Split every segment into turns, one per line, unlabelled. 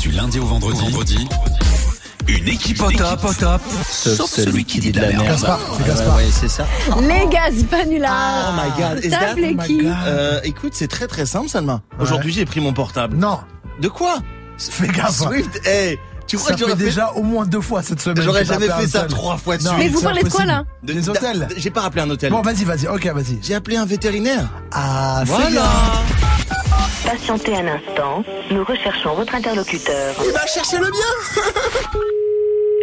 Du lundi au vendredi, une équipe au top, au top, sauf, celui qui dit de la merde.
Gaspard, c'est Gaspard.
Ah, Ouais, c'est ça.
Les Gaspanula
Oh my god. Is
T'as
that-
appelé qui
Euh, écoute, c'est très très simple, Salma. Aujourd'hui, j'ai pris mon portable.
Euh, Non,
De quoi
fais gaffe.
Swift, hey, tu crois
Ça
que j'aurais
fait
fait-
déjà au moins deux fois cette semaine.
J'aurais
que t'as
jamais
appelé
fait
un
ça
hôtel.
trois fois de
Non,
suite.
Mais vous
c'est
parlez de quoi,
impossible.
là
De-
Des
d'a-
hôtels.
J'ai pas appelé un hôtel.
Bon, vas-y, vas-y. Ok, vas-y.
J'ai appelé un vétérinaire.
Ah, fais
Voilà.
gaffe.
Patientez un instant, nous recherchons votre interlocuteur.
Il va chercher le bien.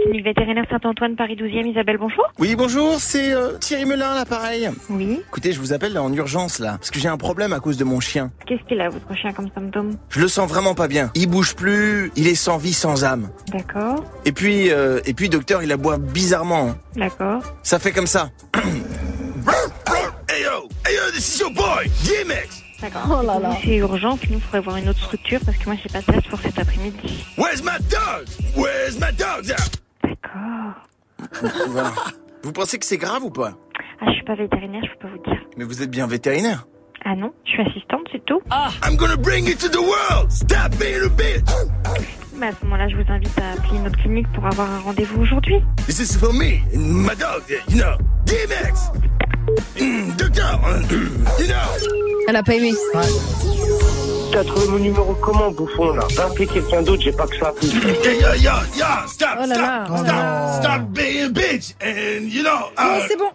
Clinique vétérinaire Saint-Antoine, Paris 12e, Isabelle, bonjour.
Oui, bonjour, c'est euh, Thierry Melin, l'appareil.
Oui.
Écoutez, je vous appelle là, en urgence là, parce que j'ai un problème à cause de mon chien.
Qu'est-ce qu'il a, votre chien, comme symptôme
Je le sens vraiment pas bien. Il bouge plus, il est sans vie, sans âme.
D'accord,
Et puis, euh, et puis, docteur, il aboie bizarrement. hein.
d'accord.
Ça fait comme ça. hey yo, hey yo, this is your boy, DMX.
D'accord.
Oh là là.
Si C'est urgent, sinon il faudrait voir une autre structure parce que moi j'ai pas de place pour cet après-midi.
Where's my dog? Where's my dog?
D'accord.
Voilà. Vous pensez que c'est grave ou pas
Ah, je suis pas vétérinaire, je peux pas vous dire.
Mais vous êtes bien vétérinaire.
Ah non, je suis assistante, c'est tout. Ah.
I'm gonna bring you to the world. Stop being a bitch.
Mais à ce moment-là, je vous invite à appeler notre clinique pour avoir un rendez-vous aujourd'hui.
This is for me and my dog, you know, DMX. Mm, docteur, you know.
Elle a pas aimé.
T'as trouvé mon numéro comment, bouffon, là Va appeler quelqu'un d'autre, j'ai pas que ça.
Yo, yo, yo, yo, stop,
Oh là là,
stop,
oh là
stop,
là.
stop being a bitch. And you know,
Oh,
uh,
c'est bon.